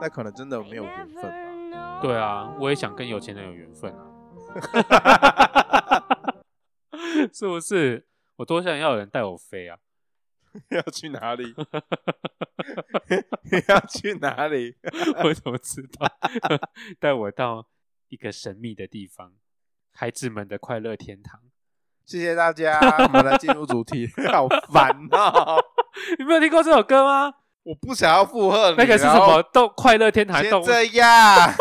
那可能真的没有缘分吧。 吧对啊，我也想跟有钱人有缘分啊，是不是？我多想要有人带我飞 啊！要去哪里？ 要去哪里？ 我怎么知道？ 带我到一个神秘的地方，孩子们的快乐 天堂。谢谢大家，我们来进入主题。好烦哦！你没有听过这首歌吗？我不想要附和你。那个是什然后么动快乐天堂先动物？这样。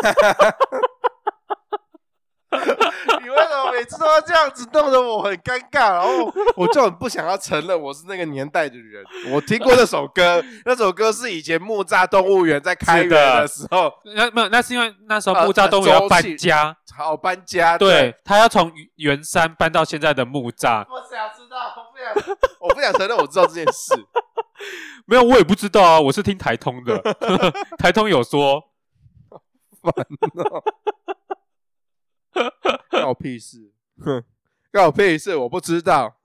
你为什么每次都要这样子弄得我很尴尬？然后我就很不想要承认我是那个年代的人。我听过那首歌，那首歌是以前木栅动物园在开园的时候，那没有，那是因为那时候呃木栅动物呃周园啊要搬庆家，好搬家。对，他要从圆山搬到现在的木栅。 我想知道，我不想， 我不想承认我知道这件事。没有，我也不知道啊，我是听台通的， 台通有说。关我屁事！哼，关我屁事！我不知道。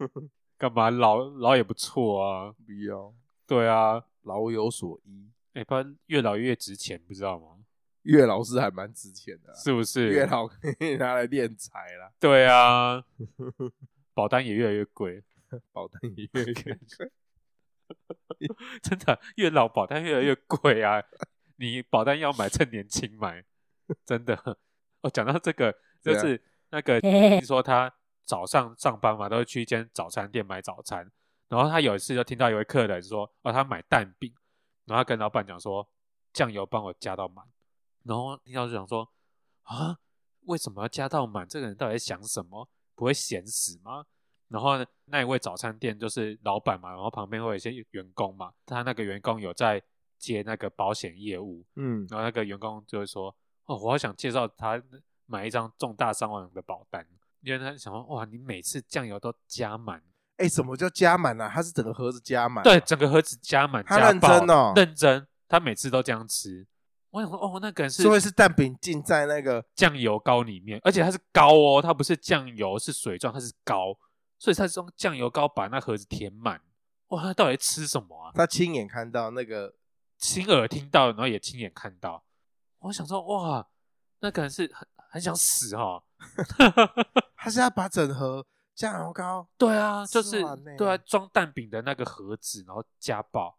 干嘛老老也不错啊，不要，对啊，老有所依。哎、不然越老越值钱，不知道吗？月老是还蛮值钱的啊、是不是？月老可以拿来敛财啦，对啊，保单也越来越贵，保单也越 越真的，越老保单越来越贵啊！你保单要买，趁年轻买，真的。哦，讲到这个，就对啊是那个听说他早上上班嘛，都会去一间早餐店买早餐。然后他有一次就听到一位客人说：“哦，他买蛋饼。”然后他跟老板讲说：“酱油帮我加到满。”然后听到就想说：“啊，为什么要加到满？这个人到底在想什么？不会咸死吗？”然后呢，那一位早餐店就是老板嘛，然后旁边会有一些员工嘛，他那个员工有在接那个保险业务，嗯，然后那个员工就会说：“哦，我好想介绍他买一张重大伤亡的保单，因为他想说，哇，你每次酱油都加满，哎、什么叫加满啊？它是整个盒子加满、对，，整个盒子加满，他加认爆真哦认真，他每次都这样吃。我想说，哦，那个人是所以是蛋饼浸在那个酱油膏里面，而且它是膏哦，它不是酱油，是水状，它是膏，所以它是用酱油膏把那盒子填满。哇，他到底吃什么啊？他亲眼看到那个，亲耳听到，然后也亲眼看到。我想说，哇，那个人是很很想死哈、哦。他是要把整盒酱油膏，对啊，就吃是完呢对啊，装蛋饼的那个盒子，然后加爆，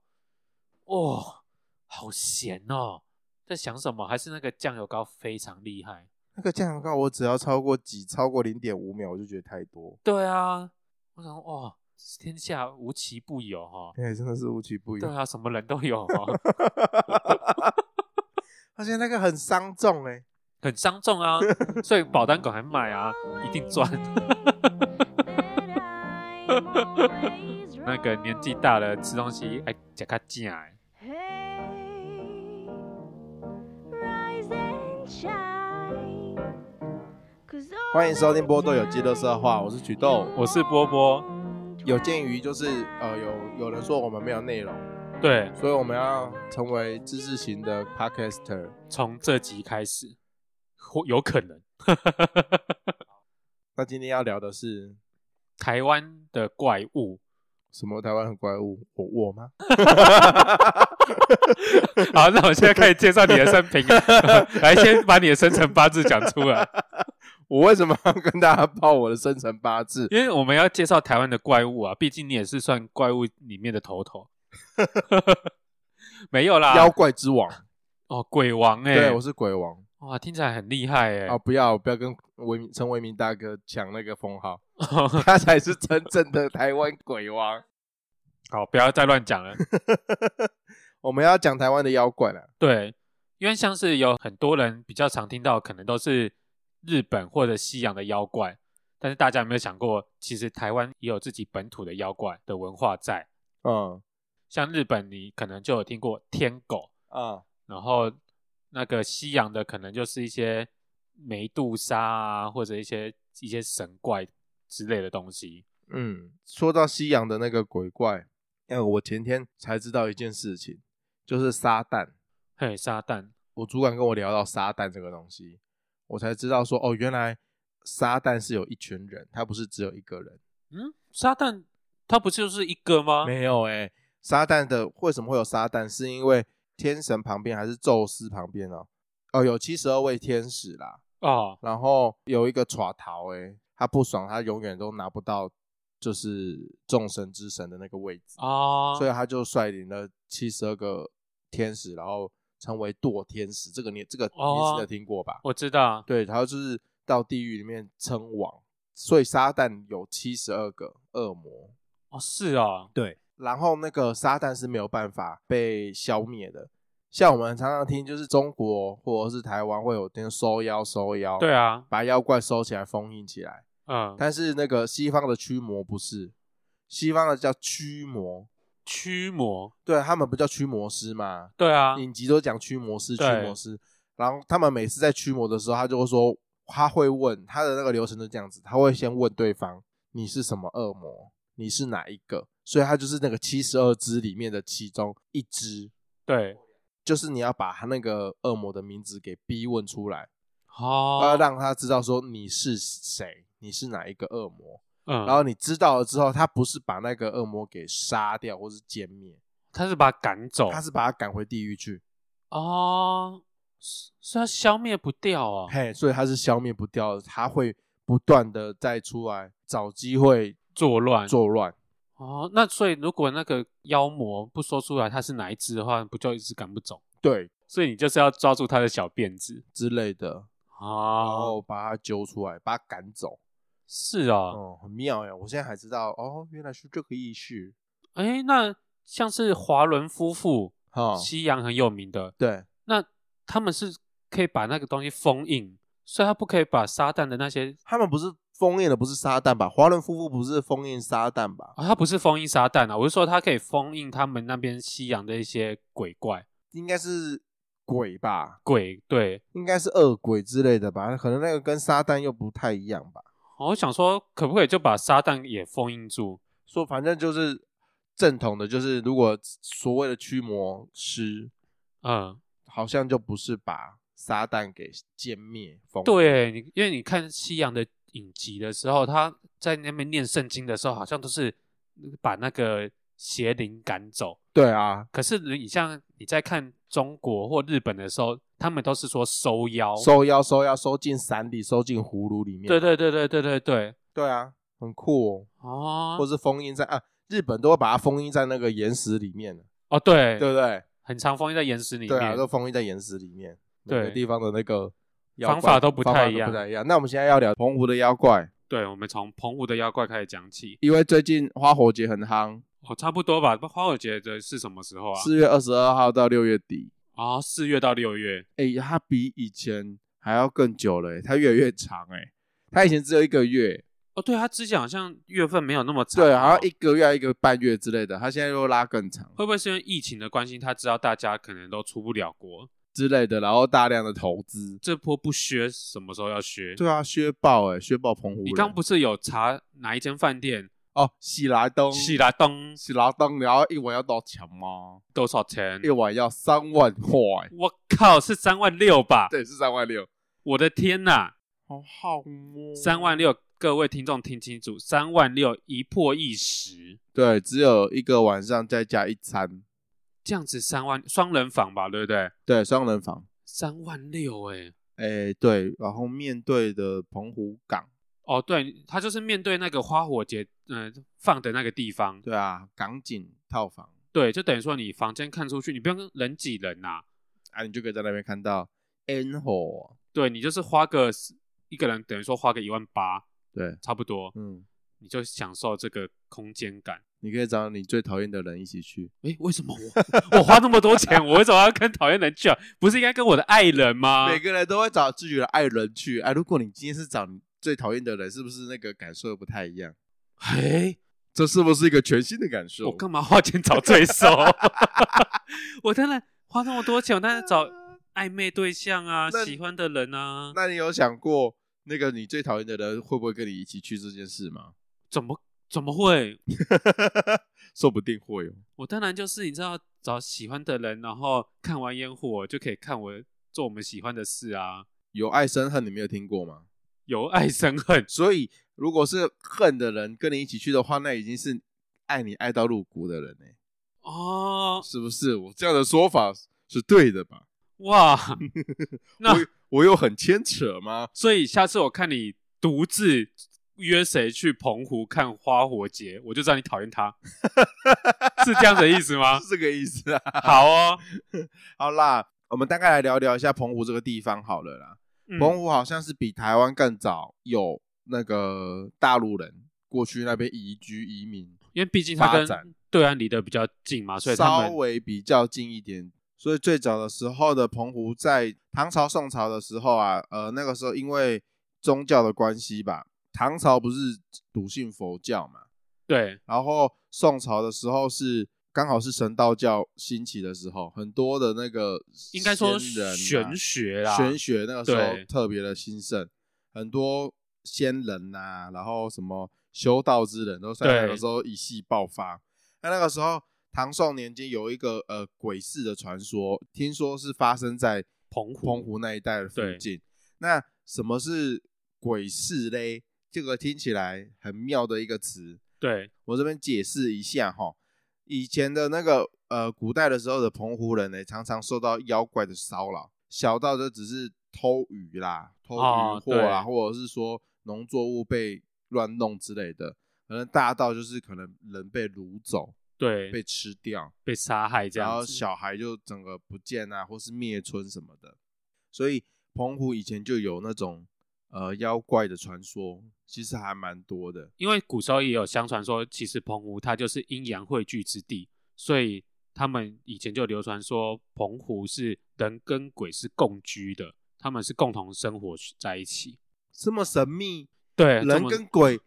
哇，好咸哦！在想什么？还是那个酱油膏非常厉害？那个酱油膏我只要超过几，超过零点五秒我就觉得太多，对啊，我想说哇，天下无奇不有哈、哦。哎、真的是无奇不 对有。啊，什么人都有、哦，而且那个很伤重哎、很伤重啊，所以保单狗还买啊，一定赚。那个年纪大了，吃东西还假卡假欸，欢迎收听波豆有机的色话，我是曲豆。我是波波，有鉴于就是呃有有人说我们没有内容，对，所以我们要成为知识型的 podcaster。从这集开始，或有可能那今天要聊的是台湾的怪物。 什么？台湾很怪物，我我 吗？好，那我现在开始介绍你的生平， 来先把你的生辰八字讲出来，我为什么要跟大家报我的生辰八字？因为我们要介绍台湾的怪物啊，毕竟你也是算怪物里面的头头。 没有妖啦，怪之王，哦，鬼王哎、对我是鬼王哇，听起来很厉害哎、啊！不要不要跟维明陈维明大哥抢那个封号， 他才是真正的台湾鬼 王。 好，不要再乱讲了。我们要讲台湾的妖怪了，对，因为像是有很多人比较常听到，可能都是日本或者西洋的妖怪，但是大家有没有想过，其实台湾也有自己本土的妖怪的文化在。嗯像日本，你可能就有听过天狗，啊然后那个西洋的可能就是一些梅杜莎啊，或者一些一些神怪之类的东西。嗯，说到西洋的那个鬼怪，哎，我前天才知道一件事情，就是撒旦。嘿，撒旦，我主管跟我聊到撒旦这个东西，我才知道说哦，原来撒旦是有一群人，他不是只有一个人。嗯，撒旦它不就是一个吗？欸没有哎、撒旦的为什么会有撒旦？是因为天神旁边还是宙斯旁边哦？哦，有七十二位天使啦，哦，然后有一个耍桃哎，他不爽，他永远都拿不到就是众神之神的那个位置，哦，所以他就率领了七十二个天使，然后成为堕天使。这个你这个你哦是有听过吧？我知道，对，然后就是到地狱里面称王，所以撒旦有七十二个恶魔，哦，是哦，然后那个撒旦是没有办法被消灭的。像我们常常听，就是中国或者是台湾会有天收妖收妖，对，啊，把妖怪收起来封印起来。嗯，但是那个西方的驱魔不是，西方的叫驱魔，驱魔，对他们不叫驱魔师嘛？对啊，影集都讲驱魔师，驱对魔师。然后他们每次在驱魔的时候，他就会说，他会问他的那个流程就这样子，他会先问对方你是什么恶魔，你是哪一个，所以他就是那个七十二只里面的其中一只，对，就是你要把他那个恶魔的名字给逼问出来，要哦，让他知道说你是谁，你是哪一个恶魔。嗯，然后你知道了之后，他不是把那个恶魔给杀掉或是歼灭，他是把他赶走，他是把他赶回地狱去。哦，是是他消灭不掉哦，嘿，所以它是消灭不掉的，它会不断的再出来找机会作乱，作乱。哦，那所以如果那个妖魔不说出来他是哪一只的话，不就一直赶不走？对所以你就是要抓住他的小辫子之类的，然哦，后把它揪出来，把它赶走。是哦，哦，很妙呀！我现在还知道，哦，原来是这个意思。哎，那像是华伦夫妇，哈、西洋很有名的，对，那他们是可以把那个东西封印，所以他不可以把撒旦的那些他们不是封印的，不是撒旦吧？华伦夫妇不是封印撒旦吧？啊、他不是封印撒旦啊，我是说他可以封印他们那边西洋的一些鬼怪应该是鬼吧？鬼。对，应该是恶鬼之类的吧？可能那个跟撒旦又不太一样吧？哦我想说，可不可以就把撒旦也封印住？说反正就是正统的，就是如果所谓的驱魔师，嗯，好像就不是把撒旦给歼灭封。，对，你因为你看西洋的影集的时候，他在那边念圣经的时候，好像都是把那个邪灵赶走。对啊，可是你像你在看中国或日本的时候，他们都是说收妖，收妖收妖收进伞里，收进葫芦里面。对对对对对对对，对啊，很酷哦哦，，或是封印在啊，日本都会把它封印在那个岩石里面的，哦对，对不对？很常封印在岩石里面，对啊，都封印在岩石里面。对每个地方的那个妖怪方法都不方法太一样不太一样。那我们现在要聊澎湖的妖怪，对，我们从澎湖的妖怪开始讲起。因为最近花火节很夯，哦，差不多吧。花火节的是什么时候啊？四月二十二号到六月底，哦，四月到六月。哎、它比以前还要更久了、欸，它越来越长哎、它以前只有一个月，哦，对，他之前好像月份没有那么长哦。对，好像一个月、一个半月之类的，他现在又拉更长会不会是因为疫情的关系，他知道大家可能都出不了国，之类的，然后大量的投资。这波不削，什么时候要削？对啊，削爆哎、削爆澎湖人。你刚不是有查哪一间饭店？哦，喜来登，喜来登喜来登，然后一碗要多少钱吗？多少钱一？碗要三万块，我靠，是三万六吧？对，是三万六，我的天呐，好好哦三万六！各位听众听清楚，三万六一破一十，对，只有一个晚上再加一餐，这样子三万双人房吧，对不对？对，双人房，三万六哎，哎、对，然后面对的澎湖港，哦，对，他就是面对那个花火节，嗯、放的那个地方，对啊，港景套房，对，就等于说你房间看出去，你不用人挤人呐、啊，你就可以在那边看到烟火，对你就是花个一个人，等于说花个一万八，对，差不多，嗯，你就享受这个空间感。你可以找你最讨厌的人一起去。诶，为什么我我花那么多钱，我为什么要跟讨厌人去啊？不是应该跟我的爱人吗？每个人都会找自己的爱人去。哎、如果你今天是找你最讨厌的人，是不是那个感受不太一样？哎，这是不是一个全新的感受？我哦干嘛花钱找罪受？ 我当然花那么多钱，我当然找 暧昧对象啊，那喜欢的人啊。嗯那你有想过那个你最讨厌的人会不会跟你一起去这件事吗？ 怎么怎么会？说不定会哦。我当然就是你知道找喜欢的人，然后看完烟火就可以看我做我们喜欢的事啊。有爱生恨，你没有听过吗？由爱生恨，所以如果是恨的人跟你一起去的话，那已经是爱你爱到入骨的人呢、欸哦，是不是？我这样的说法是对的吧？哇， 那我我有很牵扯吗？所以下次我看你独自约谁去澎湖看花火节，我就知道你讨 厌他，是这样的意思吗是？这个意思啊。 好哦，好啦，我们大概来聊聊一下澎湖这个地方好了啦。嗯澎湖好像是比台湾更早有那个大陆人过去那边移居移民，因为毕竟它发展跟对啊岸离得比较近嘛，啊所以他稍们微比较近一点。所以最早的时候的澎湖，在唐朝、宋朝的时候啊，呃，那个时候因为宗教的关系吧，唐朝不是笃信佛教嘛，对然后宋朝的时候是刚好是神道教兴起的时候，很多的那个应该说先人啊玄学啦，玄学那个时候对特别的兴盛，很多仙人呐、然后什么修道之人都在那个对时候一系爆发。那那个时候，唐宋年间有一个呃鬼市的传说，听说是发生在澎湖澎湖那一带的附对近。那什么是鬼市嘞？这个听起来很妙的一个词，对我这边解释一下哈，以前的那个呃，古代的时候的澎湖人呢，常常受到妖怪的骚扰，小到就只是偷鱼啦、偷哦渔获啦，对或者是说农作物被乱弄之类的，可能大到就是可能人被掳走、对被吃掉，被杀害这然样后子，小孩就整个不见啊，或是灭村什么的。所以澎湖以前就有那种呃妖怪的传说，其实还蛮多的。因为古时候也有相传说，其实澎湖它就是阴阳汇聚之地，所以他们以前就流传说澎湖是人跟鬼是共居的，他们是共同生活在一起。这么神秘，对，哎这人么跟鬼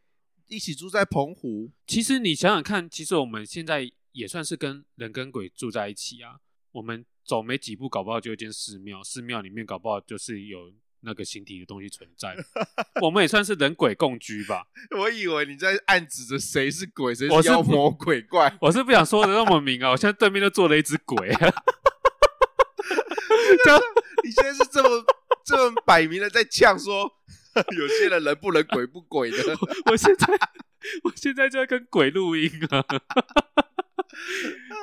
一起住在澎湖，其实你想想看，其实我们现在也算是跟人跟鬼住在一起啊。我们走没几步，搞不好就有一间寺庙，寺庙里面搞不好就是有那个形体的东西存 在。我们也算是人鬼共居吧。 我以为你在暗指着谁是鬼，谁是我是妖。魔鬼怪我是不想说的那么明啊，我现在对面就坐了一只鬼。 你现在是 这么这么摆明了在呛说， 有些人人不人鬼不鬼 的。我现在我现在就在跟鬼录音啊。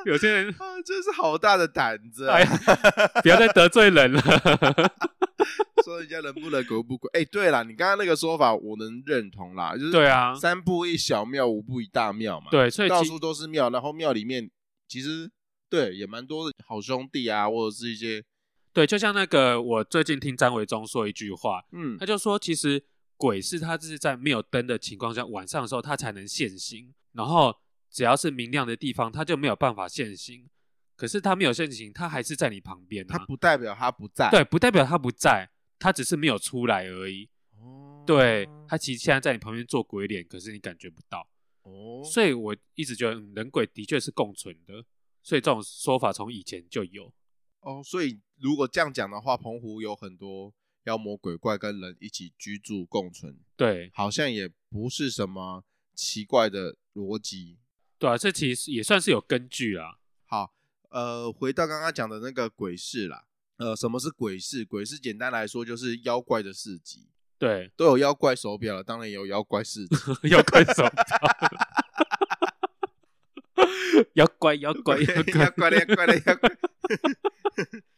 有些人，啊，真是好大的胆子、啊！哎呀，不要再得罪人了。说人家人不人鬼不鬼。哎、对啦，你刚刚那个说法我能认同啦，就是对啊，三步一小庙，五步一大庙嘛。，对，所以到其处都是庙，然后庙里面其实对也蛮多的好兄弟啊，或者是一些对，就像那个我最近听张维忠说一句话，嗯他就说，其实鬼是他是在没有灯的情况下，晚上的时候他才能现形，然后只要是明亮的地方，他就没有办法现形。可是他没有现形，他还是在你旁边他啊。不代表他不在。对，不代表他不在，他只是没有出来而已。哦，对，他其实现在在你旁边做鬼脸，可是你感觉不到。哦，所以我一直觉得嗯人鬼的确是共存的，所以这种说法从以前就有。哦，所以如果这样讲的话，澎湖有很多妖魔鬼怪跟人一起居住共存，对好像也不是什么奇怪的逻辑。对啊，这其实也算是有根据啦。好，呃，回到刚刚讲的那个鬼市啦，呃，什么是鬼市？鬼市简单来说就是妖怪的市集，对， 都有妖怪手表了，当然也有妖怪市集。要怪手 表，要怪要怪 要妖怪的，妖怪的，妖怪的，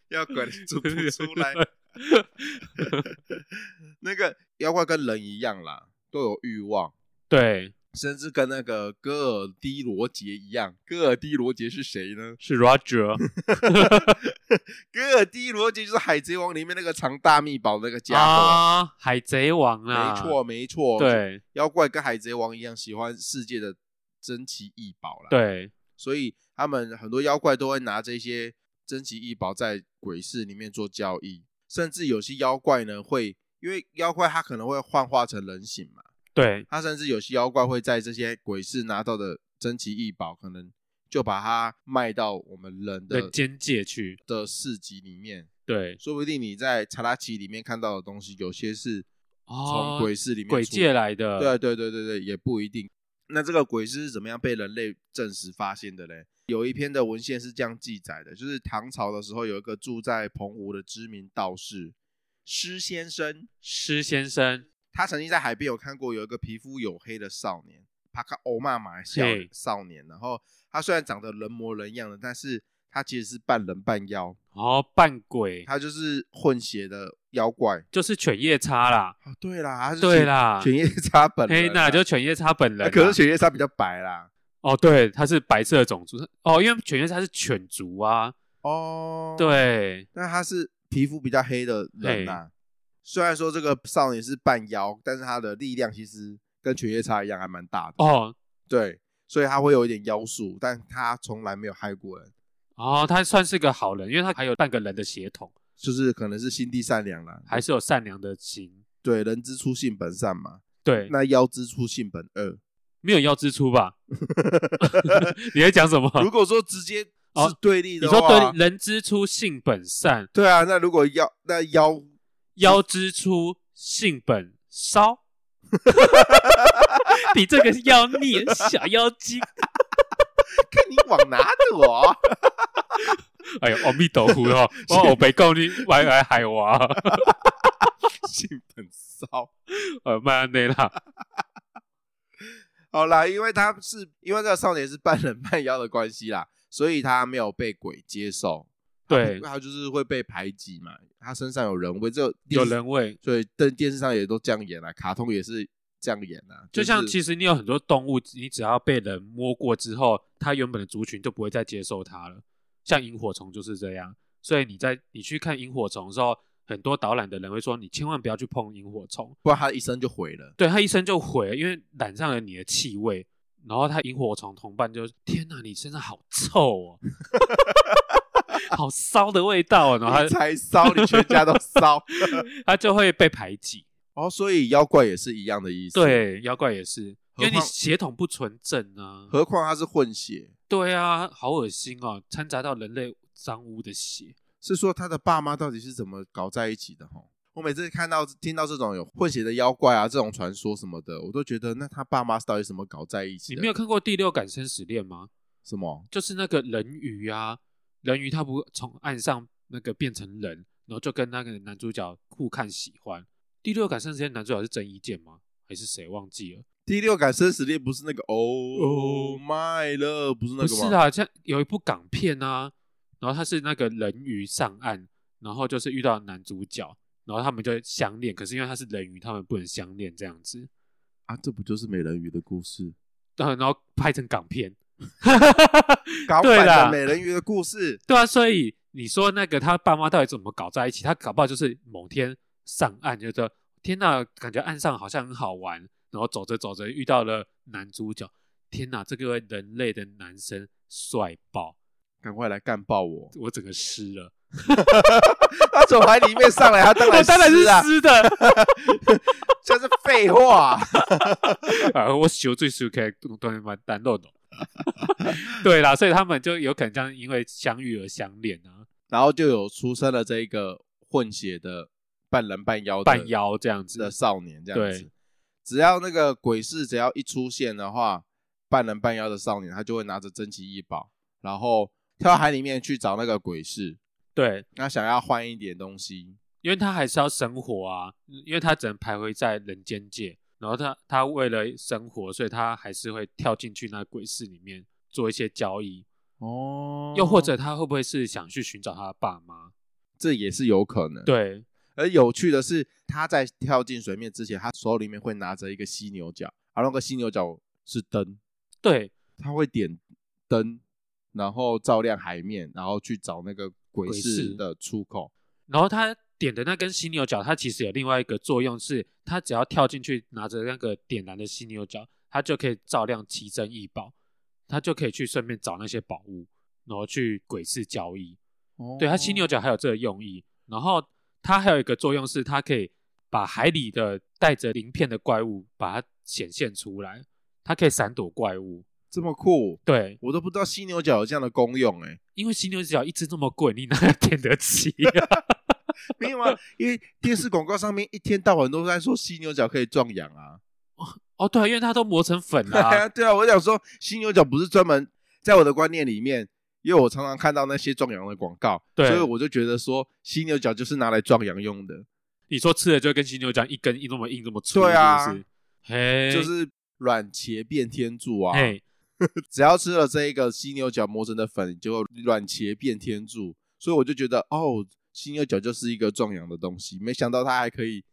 妖怪的走不出来。 那个妖怪跟人一样啦，都有欲望。 对，甚至跟那个戈尔迪罗杰一样。戈尔迪罗杰是谁呢？ 是 Roger，嗯啊戈尔迪罗杰就是《海贼王》里面那个藏大秘宝的那个家伙。啊，海贼王啊，没错，，没错。，对妖怪跟海贼王一样，喜欢世界的珍奇异宝啦。，对所以他们很多妖怪都会拿这些珍奇异宝在鬼市里面做交易，甚至有些妖怪呢会。因为妖怪它可能会幻化成人形嘛，对他甚至有些妖怪会在这些鬼市拿到的珍奇异宝，可能就把它卖到我们人对，的边界去，的市集里面。对，说不定你在查拉奇里面看到的东西，有些是从哦，鬼市里面鬼出界。来的，对啊对对对对，也不一定。那这个鬼市是怎么样被人类证实发现的嘞？有一篇的文献是这样记载的，就是唐朝的时候，有一个住在澎湖的知名道士施先生，施先生，他曾经在海边有看过有一个皮肤黝黑的少年，帕卡欧玛马来西亚嘿少年，然后他虽然长得人模人样的，但是他其实是半人半妖，哦，扮鬼他就是混血的妖怪。就是犬夜叉啦，哦，对啦，他是对犬啦，犬夜叉本人啊，黑娜就是犬夜叉本人啊啊。可是犬夜叉比较白啦。哦，对，他是白色种族哦，因为犬夜叉是犬族啊，哦，，对，那他是皮肤比较黑的人呐、虽然说这个少年是半妖，但是他的力量其实跟犬夜叉一样，还蛮大的。哦，对，所以他会有一点妖术，但他从来没有害过人，哦，他算是个好人，因为他还有半个人的血统，就是可能是心地善良啦。还是有善良的心。对，人之初性本善嘛，对，那妖之初性本恶。没有要支出吧？ 你在讲什么？如果说直接是哦对立你的说话，对，人之初性本善，对啊，那如果妖那妖妖之初性本骚。 你这个妖孽小妖精！看你往哪 躲？哎呦，阿弥陀佛哦，我后被告你歪来害我啊， 性本骚。呃，慢安内啦，好啦，因为他是因为这个少年是半人半妖的关系啦，所以他没有被鬼接受。对他就是会被排挤嘛。他身上有人味，这有，人味，所以但电视上也都这样演啦、啊卡通也是这样演啦、就像是其实你有很多动物，你只要被人摸过之后，它原本的族群就不会再接受它了。像萤火虫就是这样，所以你在你去看萤火虫的时候，很多导览的人会说，你千万不要去碰萤火虫，不然他一生就毁了。对它一生就毁了，因为染上了你的气味。然后它萤火虫同伴就天哪，你身上好臭哦， 好骚的味道、哦，然后你它才骚，你全家都 骚。它就会被排挤。哦，所以妖怪也是一样的意思。，对，妖怪也是，因何为你况血统不纯正啊。何况他是混血，对啊，好恶心哦，掺杂到人类脏污的血。是说他的爸妈到底是怎么搞在一起的？吼，我每次看到听到这种有混血的妖怪啊，这种传说什么的，我都觉得那他爸妈是到底怎么搞在一起你的？没有看过《第六感生死恋》吗？什么？就是那个人鱼啊，人鱼他不从岸上那个变成人，然后就跟那个男主角互看喜欢。《第六感生死恋》男主角是郑伊健吗？还是谁忘记了？第六感生死恋不是那个 Oh 哦 my love，不是那不个吗？是啊，像有一部港片啊，然后他是那个人鱼上岸，然后就是遇到男主角，然后他们就相恋，可是因为他是人鱼，他们不能相恋这样子。 啊，这不就是美人鱼的故事？然后然后拍成港片。港对版啦的美人鱼的故事，对啊，所以你说那个他爸妈到底怎么搞在一起？他搞不好就是某天上岸，就说天哪，感觉岸上好像很好玩，然后走着走着遇到了男主角，天哪，这个人类的男生帅爆，赶快来干爆我！ 我整个湿了。他从海里面上来，他当然 我当然是湿啊，湿的，这是废话。 啊，我酒醉时可以断断单漏斗。 对啦，所以他们就有可能这样因为相遇而相恋啊，然后就有出生了这一个混血的半人半妖的半妖这样子的。少年，这样对子。只要那个鬼市只要一出现的话，半人半妖的少年他就会拿着珍奇异宝，然后跳到海里面去找那个鬼市，对，他想要换一点东西。因为他还是要生活啊，因为他只能徘徊在人间界，然后他他为了生活，所以他还是会跳进去那鬼市里面做一些交易，哦又或者他会不会是想去寻找他的爸妈？这也是有可能。对，而有趣的是，他在跳进水面之前，他手里面会拿着一个犀牛角，而那个犀牛角是灯，对，他会点灯，然后照亮海面，然后去找那个鬼鬼市市的出口。然后他点的那根犀牛角，它其实有另外一个作用是，他只要跳进去拿着那个点燃的犀牛角，他就可以照亮奇珍异宝，他就可以去顺便找那些宝物，然后去鬼市交易。对，它犀牛角还有这个用意。然后它还有一个作用是，它可以把海里的带着鳞片的怪物把它显现出来，它可以闪躲怪物。这么酷，对，我都不知道犀牛角有这样的功用哎、因为犀牛角一只这么贵，你哪有点得起、啊？没有啊，因为电视广告上面一天到晚都在说犀牛角可以壮阳啊。哦，对、啊，因为它都磨成粉了、 啊。对啊，我想说犀牛角不是专门在我的观念里面，因为我常常看到那些壮阳的广告，对所以我就觉得说犀牛角就是拿来壮阳用的，你说吃了就会跟犀牛角一根一那么硬这么粗，对啊是不是？嘿，就是软茄变天柱啊。嘿，只要吃了这一个犀牛角磨成的粉，就会软茄变天柱。所以我就觉得，哦，犀牛角就是一个壮阳的东西，没想到它还可以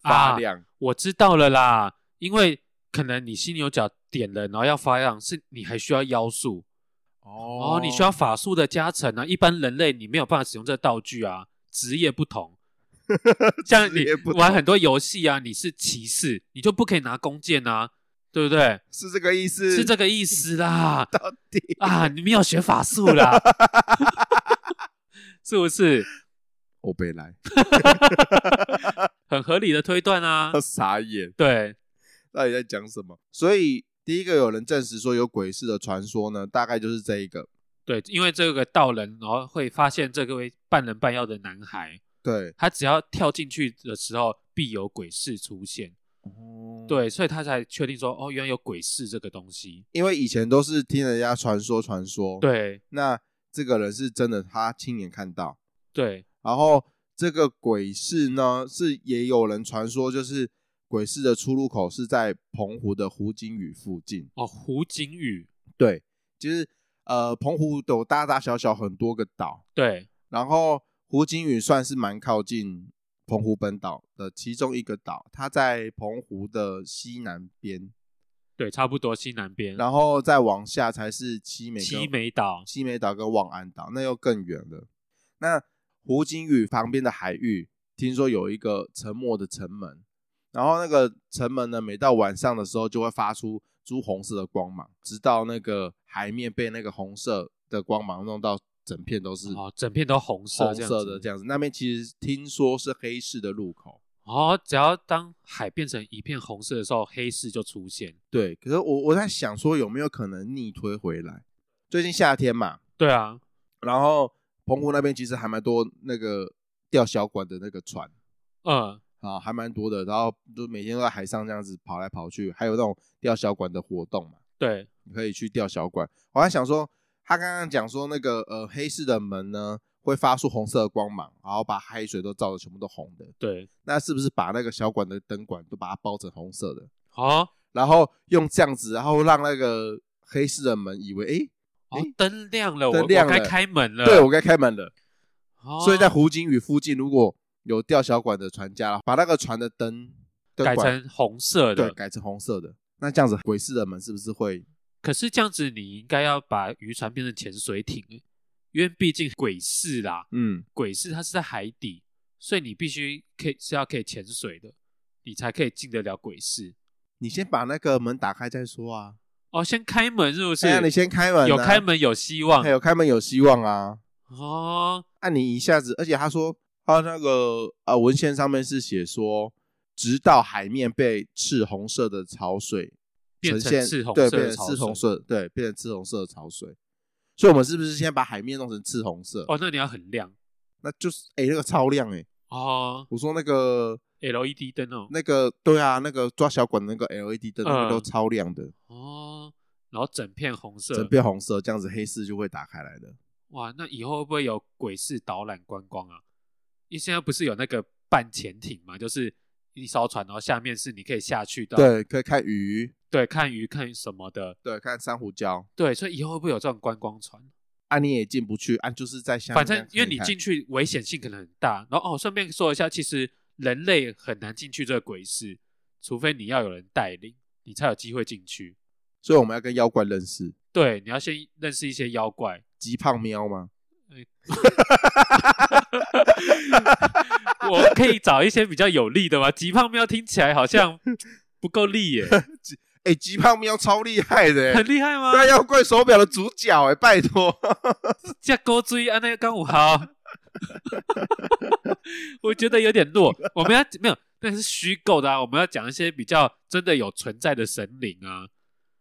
发啊亮。我知道了啦，因为可能你犀牛角点了，然后要发亮，是你还需要妖术哦哦，你需要法术的加成啊。一般人类你没有办法使用这道具啊，职业 不同。像职你业不同玩很多游戏啊，你是骑士，你就不可以拿弓箭啊，对不对？是这个意思？是这个意思啦 到底？啊！你没有学法术啦， 是不是？我被来，，很合理的推断啊傻眼，对，到底在讲什么？所以第一个有人证实说有鬼市的传说呢，大概就是这一个。对，因为这个道人，然后会发现这个位半人半妖的男孩，对，他只要跳进去的时候，必有鬼事出现。对，所以他才确定说，哦，原来有鬼事这个东西。因为以前都是听人家传说传说，，对那这个人是真的，他亲眼看到。对，然后这个鬼市呢，是也有人传说，就是鬼市的出入口是在澎湖的湖景屿附近。哦，胡景宇，对，就是呃，澎湖有大大小小很多个岛，对然后湖景屿算是蛮靠近澎湖本岛的其中一个岛，它在澎湖的西南边，对，差不多西南边，然后再往下才是七美跟七美岛七美岛跟望安岛，那又更远了。那湖景屿旁边的海域，听说有一个沉没的城门，然后那个城门呢，每到晚上的时候就会发出朱红色的光芒，直到那个海面被那个红色的光芒弄到整片都是哦，整片都红色红这样色的子。这样子。那边其实听说是黑市的入口，哦，只要当海变成一片红色的时候，黑市就出现。对。可是我我在想说，有没有可能逆推回来？最近夏天嘛，对啊，然后澎湖那边其实还蛮多那个钓小管的那个船嗯，啊，还蛮多的。然后就每天都在海上这样子跑来跑去，还有那种钓小管的活动嘛，对，你可以去钓小管。我还想说，他刚刚讲说那个呃黑市的门呢会发出红色的光芒，然后把海水都照的全部都红的。对，那是不是把那个小管的灯管都把它包成红色的，哦，然后用这样子，然后让那个黑市的门以为，诶，哦诶，灯亮了，我灯我亮该了开门了。对我该开门了。哦，所以在湖景屿附近，如果有钓小管的船家，把那个船的灯灯改管成红色对的。改成红色的，那这样子鬼市的门是不是会？可是这样子，你应该要把渔船变成潜水艇，因为毕竟鬼市啦，嗯，鬼市它是在海底，所以你必须可以是要可以潜水的，你才可以进得了鬼市。你先把那个门打开再说啊。哦，先开门是不是？对啊，你先开门、啊，哎有开，门有希望有开门有希望啊。哦，啊，你一下子，而且他说他那个呃文献上面是写说，直到海面被赤红色的潮水变呈成现，赤红对，色变成的潮赤红水色，对，变成赤红色的潮水。所以我们是不是先把海面弄成赤红色？哦，那你要很亮那就是哎、那个超亮哎、哦我说那个，LED 灯哦，那个对啊，那个抓小管的那个 LED 灯，那个都嗯超亮的，哦，然后整片红色，整片红色，这样子黑市就会打开来的。哇，那以后会不会有鬼市导览观光啊？因为现在不是有那个半潜艇嘛，就是一艘船，然后下面是你可以下去的，啊对，可以看鱼，对，看鱼看什么的，对，看珊瑚礁。对，所以以后会不会有这种观光船？啊，你也进不去，啊，就是在下面反这正样因为看一你看进去危险性可能很大。然后哦，顺便说一下，其实人类很难进去这个鬼市，除非你要有人带领，你才有机会进去。所以我们要跟妖怪认识。对，你要先认识一些妖怪。极胖喵吗？我可以找一些比较有力的吗？极胖喵听起来好像不够 力耶，哎、极胖喵超厉害的、欸，很厉害吗？那妖怪手表的主角哎、拜托。这勾追安那刚五好， 我觉得有点弱。我们要没有，那是虚构的啊。我们要讲一些比较真的有存在的神灵啊。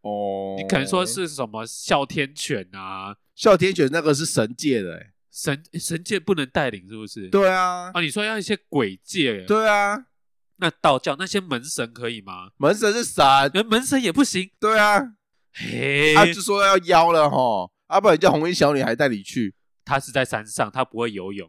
哦 你可能说是什么哮天犬啊，哮天犬那个是神界的、欸，神神界不能带领是不是？对啊，啊，你说要一些鬼界，对啊，那道教那些门神可以吗？门神是神，呃，门神也不行，对啊，嘿，他、就说要妖了吼，啊，不然叫红衣小女孩带你去，他是在山上，他不会游泳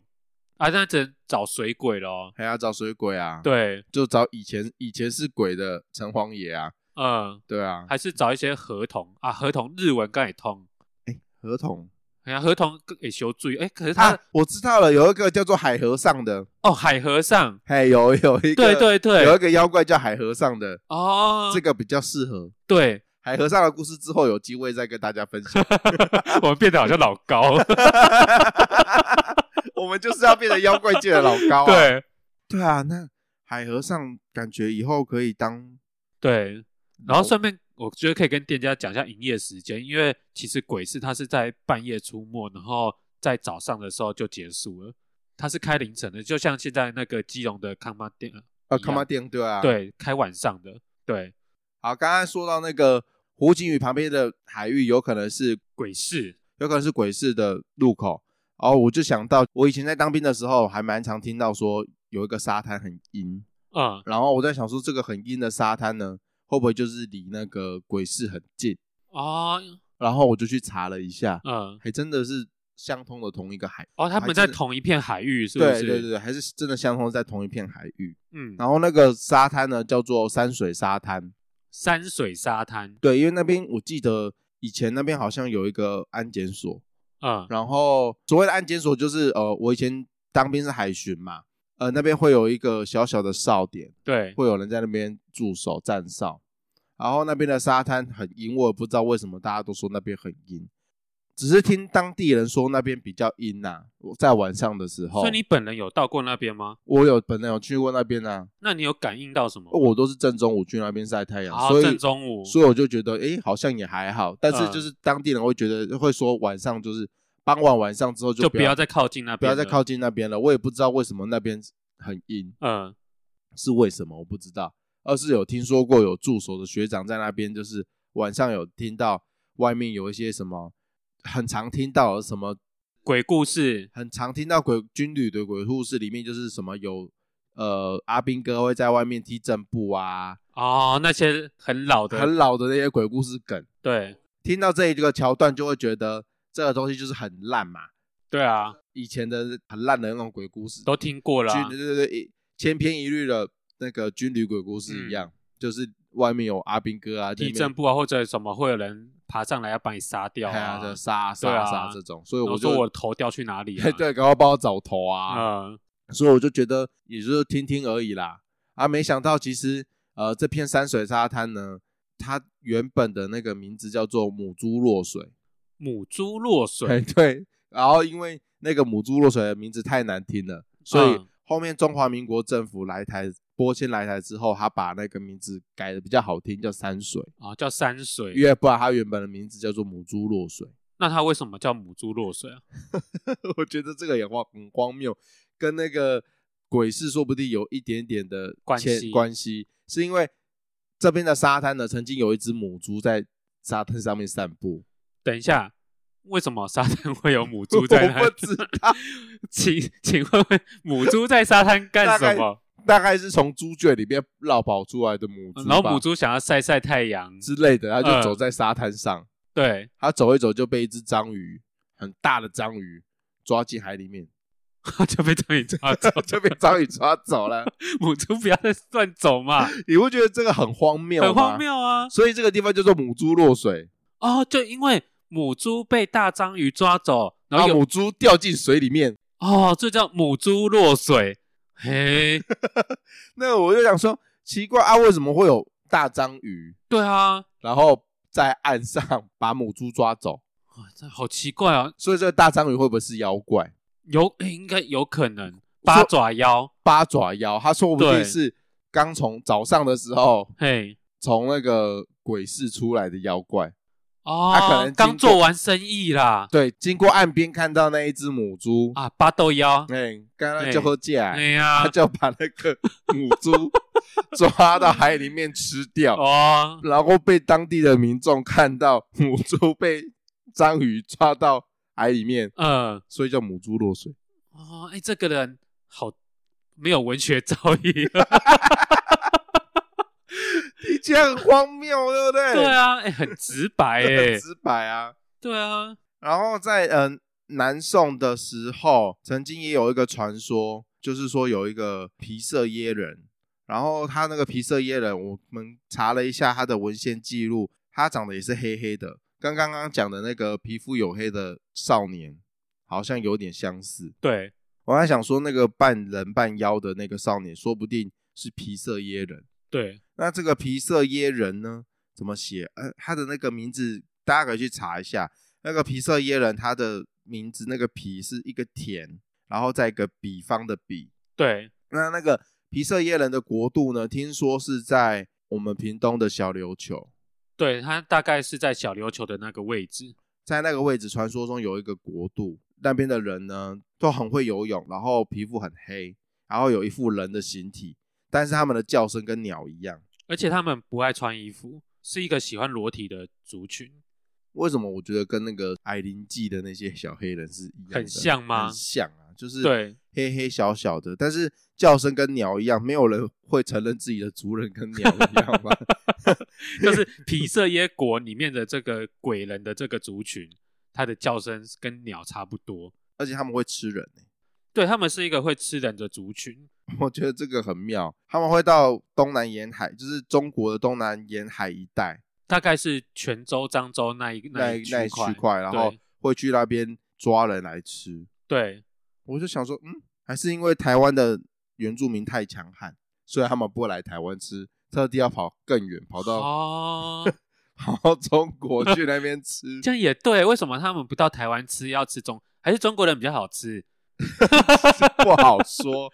啊，那只能找水鬼咯。还要找水鬼啊，，对，就找以前以前是鬼的城隍爷啊，嗯，对啊，还是找一些合同啊，合同日文刚也通，合同哎呀，合同也修注意，哎，可是他、啊，我知道了，有一个叫做海和尚的，哦，海和尚，嘿，有有一个，对对有一对，个妖怪叫海和尚的，哦，这个比较适合。 对，海和尚的故事之后有机会再跟大家分 享。我们变得好像老高，我们就是要变成妖怪界的老高、啊。 对对啊，那海和尚感觉以后可以当，对，然后顺便我觉得可以跟店家讲一下营业时间，因为其实鬼市它是在半夜出没，然后在早上的时候就结束了，它是开凌晨的，就像现在那个基隆的康妈店，呃一样康巴店对啊。，对，开晚上的，对，好，刚刚说到那个湖景屿旁边的海域，有可能是鬼市，有可能是鬼市的入口。哦，我就想到我以前在当兵的时候，还蛮常听到说有一个沙滩很阴，嗯，然后我在想说这个很阴的沙滩呢，会不会就是离那个鬼市很近？哦，然后我就去查了一下，嗯，还真的是相通的同一个海，哦，他还们在真的同一片海域，是不对是？对对，对，还是真的相通在同一片海域。嗯，然后那个沙滩呢，叫做山水沙滩。山水沙滩，对，因为那边我记得以前那边好像有一个安检所，嗯，然后所谓的安检所就是呃，我以前当兵是海巡嘛，呃，那边会有一个小小的哨点，对，会有人在那边驻守站哨。然后那边的沙滩很阴，我也不知道为什么大家都说那边很阴，只是听当地人说那边比较阴呐、我在晚上的时候所以，你本人有到过那边吗？我有本来有去过那边啊，那你有感应到什么？我都是正中午去那边晒太阳，啊，哦所以正中午，所以我就觉得，诶，好像也还好。但是嗯就是当地人会觉得，会说晚上就是傍晚晚上之后就不不要要再靠近那不边要了，再靠近那边了。我也不知道为什么那边很阴，嗯，是为什么我不知道。而是有听说过有驻守的学长在那边，就是晚上有听到外面有一些什么，很常听到有什么，鬼故事，很常听到鬼军旅的鬼故事里面就是什么有呃阿兵哥会在外面踢正步啊，哦，那些很老的，很老的那些鬼故事梗。对听到这一个桥段，就会觉得这个东西就是很烂嘛，对啊，以前的很烂的那种鬼故事，都听过了啊、军对对对，千篇一律的那个军旅鬼故事一样，就是外面有阿兵哥啊，嗯地震部啊，或者什么会有人爬上来要把你杀掉哎呀啊，，这杀对杀啊杀这种，所以然后我就说我头掉去哪里啊 对，赶快帮我找头啊，嗯，所以我就觉得也就是听听而已啦，啊，没想到其实呃这片山水沙滩呢，它原本的那个名字叫做母猪落水，母猪落哎，水，对。然后因为那个母猪落水的名字太难听了，所以嗯后面中华民国政府来台拨迁来台之后，他把那个名字改的比较好听，叫山水，啊，叫山水因，为不然他原本的名字叫做母猪落水。 那它为什么叫母猪落水啊？我觉得这个也荒很荒谬，跟那个鬼市说不定有一点点的关牵系关系，是因为这边的沙滩呢，曾经有一只母猪在沙滩上面散步，等一下，为什么沙滩会有母猪在那我里？ 不知请请问母猪在沙滩干什么？大概是从猪圈里面绕跑出来的母猪吧，然后母猪想要晒晒太阳，之类的，他就嗯走在沙滩上，对， 他走一走就被一只章鱼，很大的章鱼抓进海里面， 。就被章鱼抓走就被章鱼抓走了。 母猪不要再乱走嘛，你不觉得这个很荒谬吗？很荒。谬啊！所以这个地方叫做母猪落水，哦，就因为母猪被大章鱼抓走，然然后后有啊母猪掉进水里面。哦，这叫母猪落水。嘿，那我就想说，奇怪啊，为什么会有大章鱼，对啊，然后在岸上 把母猪抓走？哇这好奇怪啊，所以这个大章鱼会不会是妖怪？有诶应该有可能八爪妖，八爪妖？他说不定对是刚从早上的时候嘿，从那个鬼市出来的妖怪。哦，它可能经刚过做完生意啦，对，经过岸边看到那一只母猪，啊，八豆妖，哎，刚刚哎就喝假，哎呀他，就把那个母猪 抓到海里面吃掉，哦，然后被当地的民众看到母猪被章鱼抓到海里面，嗯，所以叫母猪落水。哦，哎，这个人好没有文学造诣。 听起来很荒谬，对不对？对，啊，哎、 很直白哎、 很直白啊。对啊，然后在嗯、呃南宋的时候，曾经也有一个传说，就是说有一个皮色耶人，然后他那个皮色耶人，我们查了一下他的文献记录，他长得也是黑黑的，跟刚刚讲的那个皮肤黝黑的少年好像有点相似。对，我还想说，那个半人半妖的那个少年，说不定是皮色耶人。对，那这个皮色耶人呢，怎么写？呃，他的那个名字大家可以去查一下。那个皮色耶人，他的名字那个皮是一个田，然后再一个比方的比。对，那那个皮色耶人的国度呢，听说是在我们屏东的小琉球，对，他大概是在小琉球的那个位置。在那个位置，传说中有一个国度，那边的人呢都很会游泳，然后皮肤很黑，然后有一副人的形体，但是他们的叫声跟鸟一样。而且他们不爱穿衣服，是一个喜欢裸体的族群。为什么我觉得跟那个《矮灵记》的那些小黑人是一样的很像吗很像啊，就是对黑黑小小的，但是叫声跟鸟一样，没有人会承认自己的族人跟鸟一样 吧？就是 皮色耶国里面的这个鬼人的这个族群，它的叫声跟鸟差不多。而且他们会吃人、欸对他们是一个会吃人的族群。我觉得这个很妙。他们会到东南沿海，就是中国的东南沿海一带大概是泉州、漳州那一那一一那一区区块，然后对会去那边抓人来吃。对我就想说，嗯，还是因为台湾的原住民太强悍，所以他们不来台湾吃，特地要跑更远，跑到、哦， 跑到中国去那边 吃这。样也对。为什么他们不到台湾吃，要吃中还是中国人比较好吃？不好说，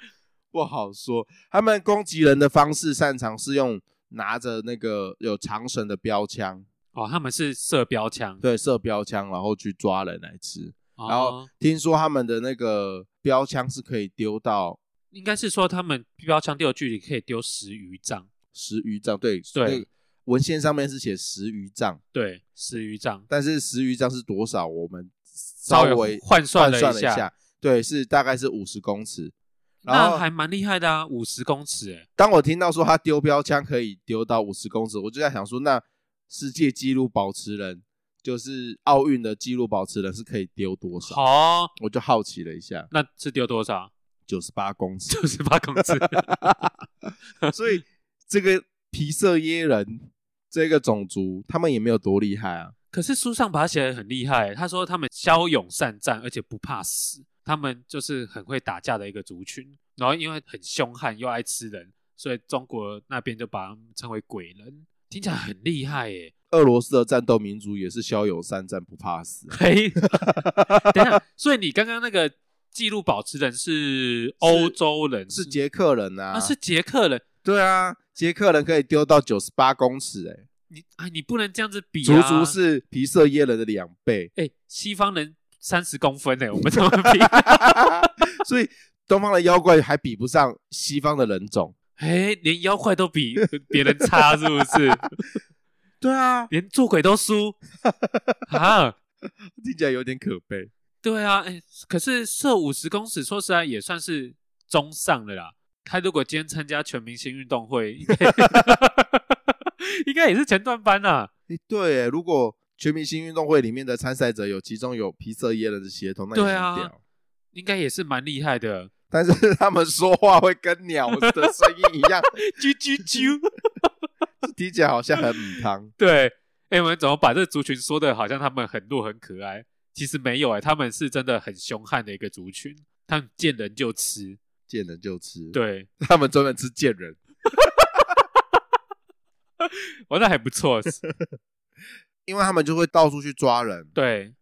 不好说。他们攻击人的方式擅长是用拿着那个有长绳的标枪，哦，他们是射标枪，对，射标枪，然后去抓人来吃。哦、然后听说他们的那个标枪是可以丢到应该是说他们标枪丢的距离可以丢十余丈，十余丈，对对，那个文献上面是写十余丈，对，十余丈，但是十余丈是多少？我们稍稍微微换算换了算了下，下，对，是大概是五十公尺。然那后还蛮厉害的啊，五十公尺哎，当我听到说他丢标枪可以丢到五十公尺，我就在想说，那世界纪录保持人就是奥运的纪录保持人是可以丢多少？好哦，我就好奇了一下，那是丢多少？ 九十八公尺。 九十八公尺，所以这个皮色耶人这个种族，他们也没有多厉害啊。可是书上把它写的很厉害，他说他们骁勇善战，而且不怕死，他们就是很会打架的一个族群。然后因为很凶悍又爱吃人，所以中国那边就把他们称为鬼人，听起来很厉害耶。俄罗斯的战斗民族也是骁勇善战，不怕死啊、嘿， 等一下，所以你刚刚那个记录保持人是欧洲人，是捷克人啊，啊，是捷克人。对啊，捷克人可以丢到九十八公尺、欸，你哎，你不能这样子比、足啊，足是皮色耶人的两倍。哎、西方人三十公分哎，我们怎么比？ 所以东方的妖怪还比不上西方的人种。哎，连妖怪都比别人差，是不是？对啊，连做鬼都输 啊？听起来有点可悲。对啊，哎，可是射五十公尺，说实在也算是中上的啦。他如果今天参加全明星运动会，应该 应该也是前段班啊。诶对耶，如果全明星运动会里面的参赛者有其中有皮色耶人的血统，那也对很啊屌。应该也是蛮厉害的。但是他们说话会跟鸟的声音一 样，啾啾啾，听起来好像很母汤。 对，哎、我们怎么把这个族群说的好像他们很弱很可爱？其实没有哎、他们是真的很凶悍的一个族群，他们见人就吃。见人就吃，，对，他们专门吃见人。我哦那还不错。因为他们就会到处去抓人，对，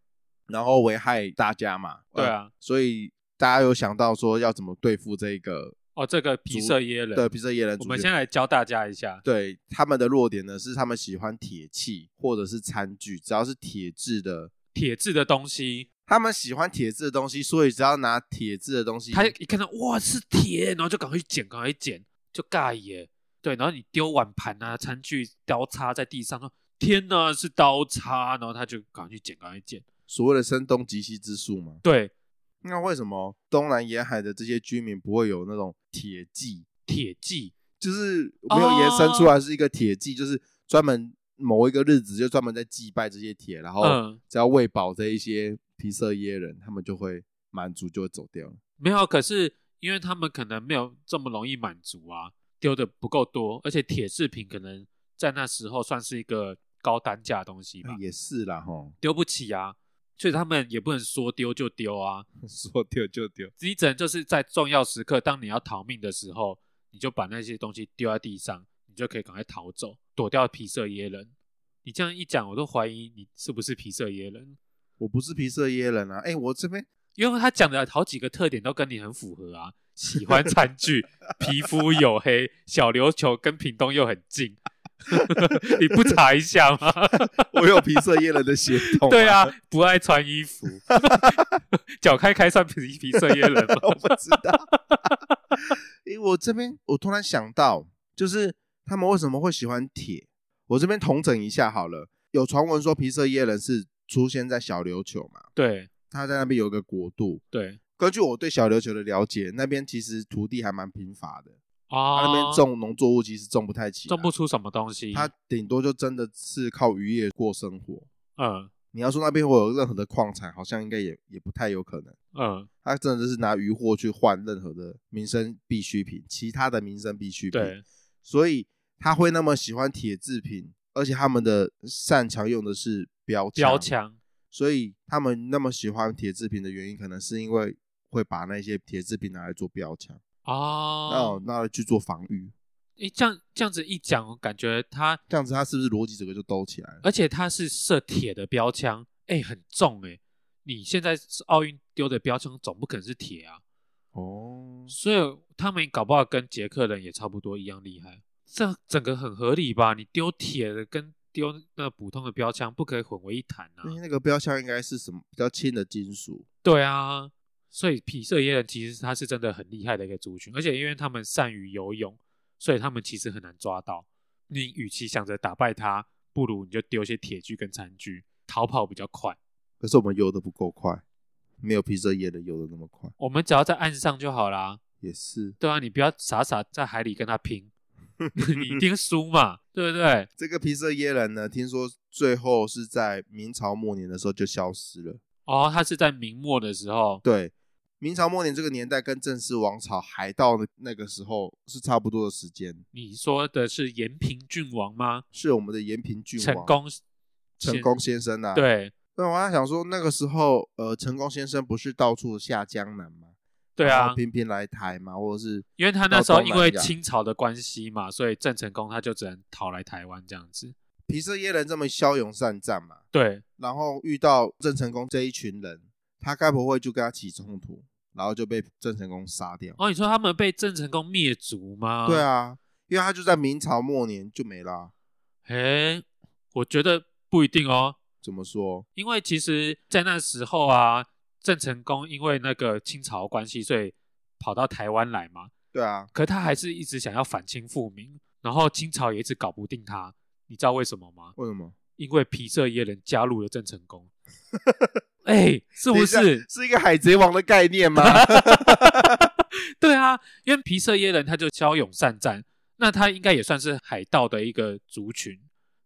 然后危害大家嘛。对呃，啊，所以大家有想到说要怎么对付这个哦，这个皮色耶人，对皮色耶人我族们群？先来教大家一下。对他们的弱点呢，是他们喜欢铁器或者是餐具，只要是铁制的，铁质的东西，他们喜欢铁制的东西，所以只要拿铁制的东西，他一看到哇是铁，然后就赶快去捡，赶快去捡，就尬耶。对，然后你丢碗盘啊、餐具、刀叉在地上，说天哪是刀叉，然后他就赶快去捡，赶快去捡。所谓的声东击西之术嘛。对，那为什么东南沿海的这些居民不会有那种铁技，铁骑，就是没有延伸出哦来是一个铁技，就是专门某一个日子就专门在祭拜这些铁，然后嗯，只要喂饱这一些皮色耶人，他们就会满足就会走掉了。没有，可是因为他们可能没有这么容易满足啊，丢的不够多，而且铁制品可能在那时候算是一个高单价的东西吧，哎也是啦，吼， 丢不起啊，所以他们也不能说丢就丢啊，说丢就丢，你只能就是在重要时刻，当你要逃命的时候，你就把那些东西丢在地上，你就可以赶快逃走，躲掉皮色耶人。你这样一讲，我都怀疑你是不是皮色耶人，我不是皮色耶人啊，哎、我这边因为他讲的好几个特点都跟你很符合啊，喜欢 餐具，皮肤黝黑，小琉球跟屏东又很近， 你不查一下吗？我有皮色耶人的血统、 对，啊，不爱穿衣服， 脚开开算皮皮色耶人吗？我不知道。 因为我这边我突然想到，就是他们为什么会喜欢铁？我这边统整一下好了。有传闻说皮色耶人是出现在小琉球嘛，对他在那边有一个国度。对根据我对小琉球的了解，那边其实土地还蛮贫乏的，他啊那边种农作物其实种不太起来，种不出什么东西。他顶多就真的是靠渔业过生活。嗯你要说那边会有任何的矿产，好像应该也也不太有可能。嗯，他真的是拿渔获去换任何的民生必需品，其他的民生必需品。对，所以他会那么喜欢铁制品，而且他们的擅长用的是标标，枪所以他们那么喜欢铁制品的原因，可能是因为会把那些铁制品拿来做标枪，哦哦，，拿来去做防御，诶，这样这样子一讲，我感觉他，这样子他是不是逻辑整个就兜起来了？而且他是射铁的标枪，诶，很重诶。你现在是奥运丢的标枪，总不可能是铁啊，哦，所以他们搞不好跟捷克人也差不多一样厉害。这整个很合理吧？你丢铁的跟丢那普通的标枪不可以混为一谈啊。那那个标枪应该是什么比较轻的金属？对啊，所以皮色耶人其实他是真的很厉害的一个族群，而且因为他们善于游泳，所以他们其实很难抓到。你与其想着打败他，不如你就丢一些铁具跟餐具，逃跑比较快。可是我们游的不够快，没有皮色叶的游的那么快，我们只要在岸上就好啦。也是。对啊，你不要傻傻在海里跟他拼，你一定输嘛，对不对？这个皮色耶人呢，听说最后是在明朝末年的时候就消失了。哦，他是在明末的时候，对，明朝末年这个年代跟正式王朝还到的那个时候是差不多的时间，你说的是延平郡王吗？是我们的延平郡王成功，成功先生啊。，对那我还想说，那个时候呃，成功先生不是到处下江南吗？对啊，然后频频来台嘛，或者是因为他那时候到东因南为亚清朝的关系嘛，所以郑成功他就只能逃来台湾这样子。皮色耶人这么骁勇善战嘛，对，然后遇到郑成功这一群人，他该不会就跟他起冲突，然后就被郑成功杀掉？哦，你说他们被郑成功灭族吗？对，啊，因为他就在明朝末年就没啦、诶，我觉得不一定哦，怎么说？因为其实，在那时候啊，郑成功因为那个清朝关系，所以跑到台湾来嘛，对啊，可他还是一直想要反清复明，然后清朝也一直搞不定他，你知道为什么吗？为什么？因为皮色耶人加入了郑成 功。哎，是不等一是下？是一个海贼王的概念吗？ 对啊，因为皮色耶人他就骁勇善战，那他应该也算是海盗的一个族群。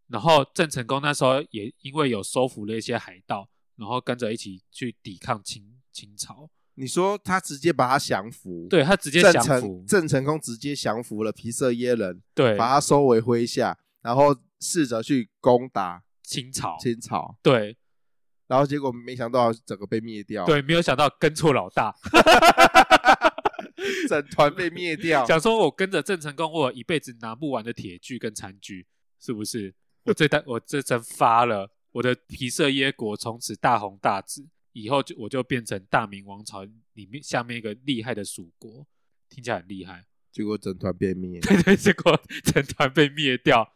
然后郑成功那时候也因为有收服了一些海盗，然后跟着一起去抵抗清清朝，你说他直接把他降服，，对他直接郑降服成，郑成功直接降服了皮色耶人，对把他收为麾下，然后试着去攻打清朝，清朝，对然后结果没想到整个被灭掉，，对，没有想到跟错老大，整团被灭 掉。想说我跟着郑成功，我有一辈子拿不完的铁具跟餐具，是不是？我这 单我这针发了，我的皮色耶国从此大红大紫，以后就我就变成大明王朝里面下面一个厉害的蜀国，听起来很厉害。 结果整团被灭，对对，结果整团被灭掉，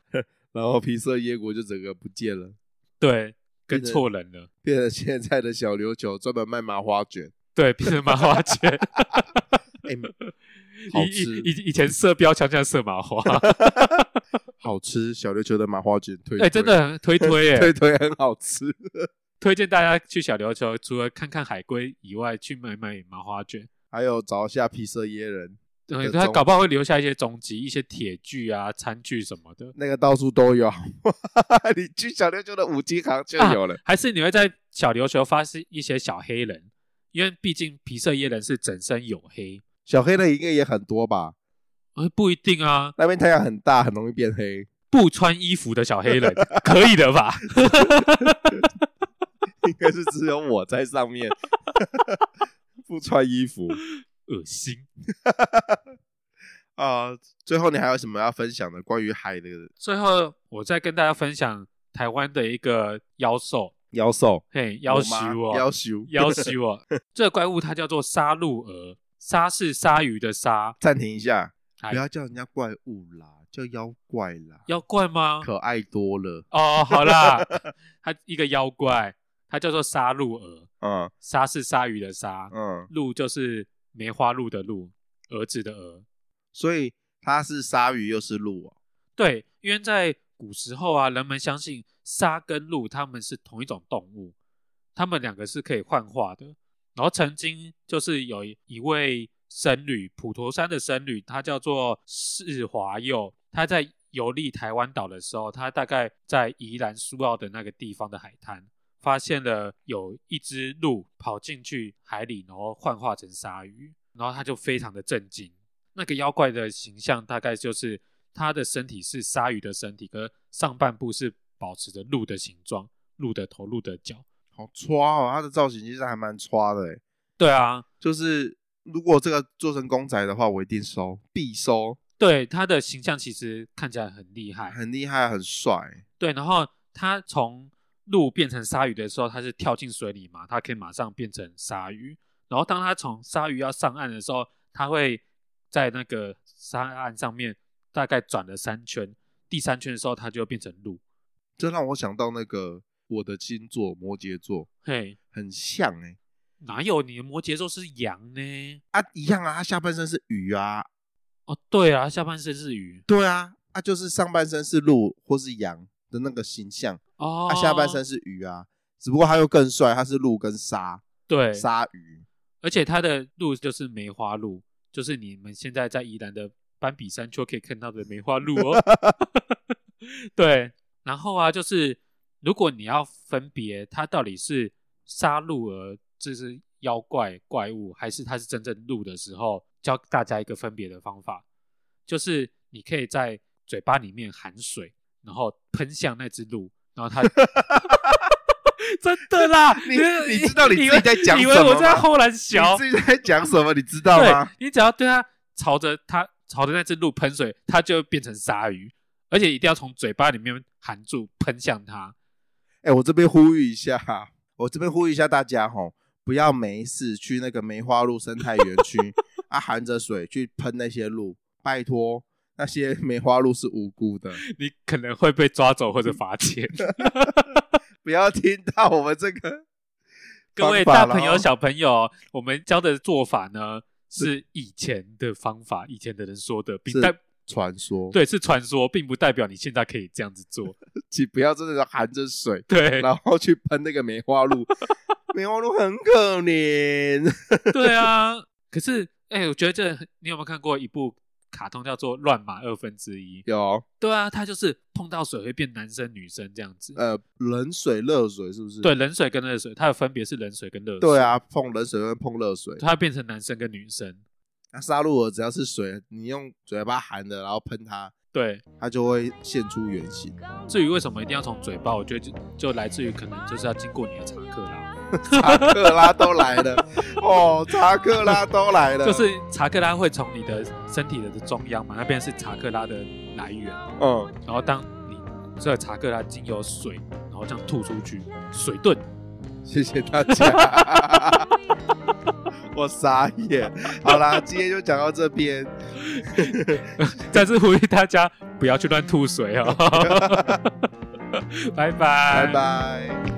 然后皮色耶国就整个不见了，对，跟变成错人了，变成现在的小琉球专门卖麻花卷，对，变成麻花卷。哎、 好以吃以以以前射标枪，现在射 麻花，好吃，小琉球的麻花卷推哎、真的很推推 耶、推推很好吃。推荐大家去小琉球，除了看看海龟以外，去买买麻花卷。还有找一下皮色耶人，对，的他踪搞不好会留下一些踪迹，一些铁具啊、餐具什么的。那个到处都有。 你去小琉球的五金行啊就有了。还是你会在小琉球发现一些小黑人，因为毕竟皮色耶人是整身黝黑小黑的应该也很多吧？呃不一定啊，那边太阳很大，很容易变黑。不穿衣服的小 黑人可以的吧？ 应该是只有我在上面， 不穿衣服恶心。啊、最后你还有什么要分享的关于海的最后，我再跟大家分享台湾的一个妖兽，妖兽？嘿，妖我妈修哦，妖修，要挟 我。这个怪物它叫做杀戮蛾，鲨是鲨鱼的鲨，暂停一下，哎不要叫人家怪物啦，叫妖怪啦，妖怪吗？可爱多了。 哦，好啦，它一个妖怪，它叫做杀戮蛾，嗯鲨是鲨鱼的鲨，嗯，鹿就是梅花鹿的鹿，蛾子的蛾。所以它是鲨鱼又是鹿哦。对，因为在古时候啊，人们相信鲨跟鹿它们是同一种动物，它们两个是可以幻化的。然后曾经就是有一一位僧侣，普陀山的僧侣，他叫做释华佑，他在游历台湾岛的时候，他大概在宜兰苏澳的那个地方的海滩，发现了有一只鹿跑进去海里，然后幻化成鲨鱼，然后他就非常的震惊。那个妖怪的形象大概就是它的身体是鲨鱼的身体，可是上半部是保持着鹿的形状，鹿的头、鹿的脚。好刷哦，它的造型其实还蛮刷的欸，对啊，就是如果这个做成公仔的话，我一定收，必收，对它的形象其实看起来很厉害。很厉害，很帅。对，然后它从鹿变成鲨鱼的时候，它是跳进水里嘛，它可以马上变成鲨鱼。然后当它从鲨鱼要上岸的时候，它会在那个沙岸上面大概转了三圈，第三圈的时候它就变成鹿。这让我想到那个我的星座摩羯座，嘿，很像哎、哪有你的摩羯座是羊呢？啊，一样啊，它下半身是鱼啊，哦，对啊，下半身是鱼对啊，啊就是上半身是鹿或是羊的那个形象，哦，啊下半身是鱼啊，只不过它又更帅，它是鹿跟鲨对，鲨鱼，而且它的路就是梅花鹿，就是你们现在在宜兰的斑比山丘可以看到的梅花鹿 哦。 对，然后啊，就是如果你要分别它到底是杀鹿儿，这是妖怪怪物，还是它是真正鹿的时候，教大家一个分别的方法，就是你可以在嘴巴里面含水，然后喷向那只鹿，然后它。 真的啦，你你知道你自己以为在讲以为什么我在吗后来小你，自己在讲什么，你知道吗？对你只要对它朝着它朝着那只鹿喷水，它就会变成鲨鱼，而且一定要从嘴巴里面含住喷向它。 哎、我这边呼吁一下哈，我这边呼吁一下大家哈，不要没事去那个梅花鹿生态园 区啊，含着水去喷那些鹿，拜托，那些梅花鹿是无辜的，你可能会被抓走或者罚 钱。不要听到我们这个 各位方法大了朋友、哦小朋友，我们教的做法呢是以前的方法，以前的人说的，并是代传说，，对是传说，并不代表你现在可以这样子 做。请不要真的含着水，对然后去喷那个梅花 鹿，梅花鹿很可怜，对啊，可是哎、我觉得这很你有没有看过一部卡通叫做《乱马二分之一》？有对啊，它就是碰到水会变男生女生这样子。呃冷水、热水是不是？对，冷水跟热水，它的分别是冷水跟热水。对，啊，碰冷水跟碰热水，它会变成男生跟女生。那杀鹿儿只要是水，你用嘴巴含着，然后喷它。对，它就会现出原形。至于为什么一定要从嘴巴，我觉得就就来自于可能就是要经过你的查克拉， 查克拉都来了，哦，查克拉都来了，就是查克拉会从你的身体的中央嘛，那边是查克拉的来源。嗯，然后当你这个查克拉经由水，然后这样吐出去，水遁。谢谢大家。 我傻眼，好啦，今天就讲到这边。再次呼吁 大 家不要去乱吐水哦。拜拜，拜拜。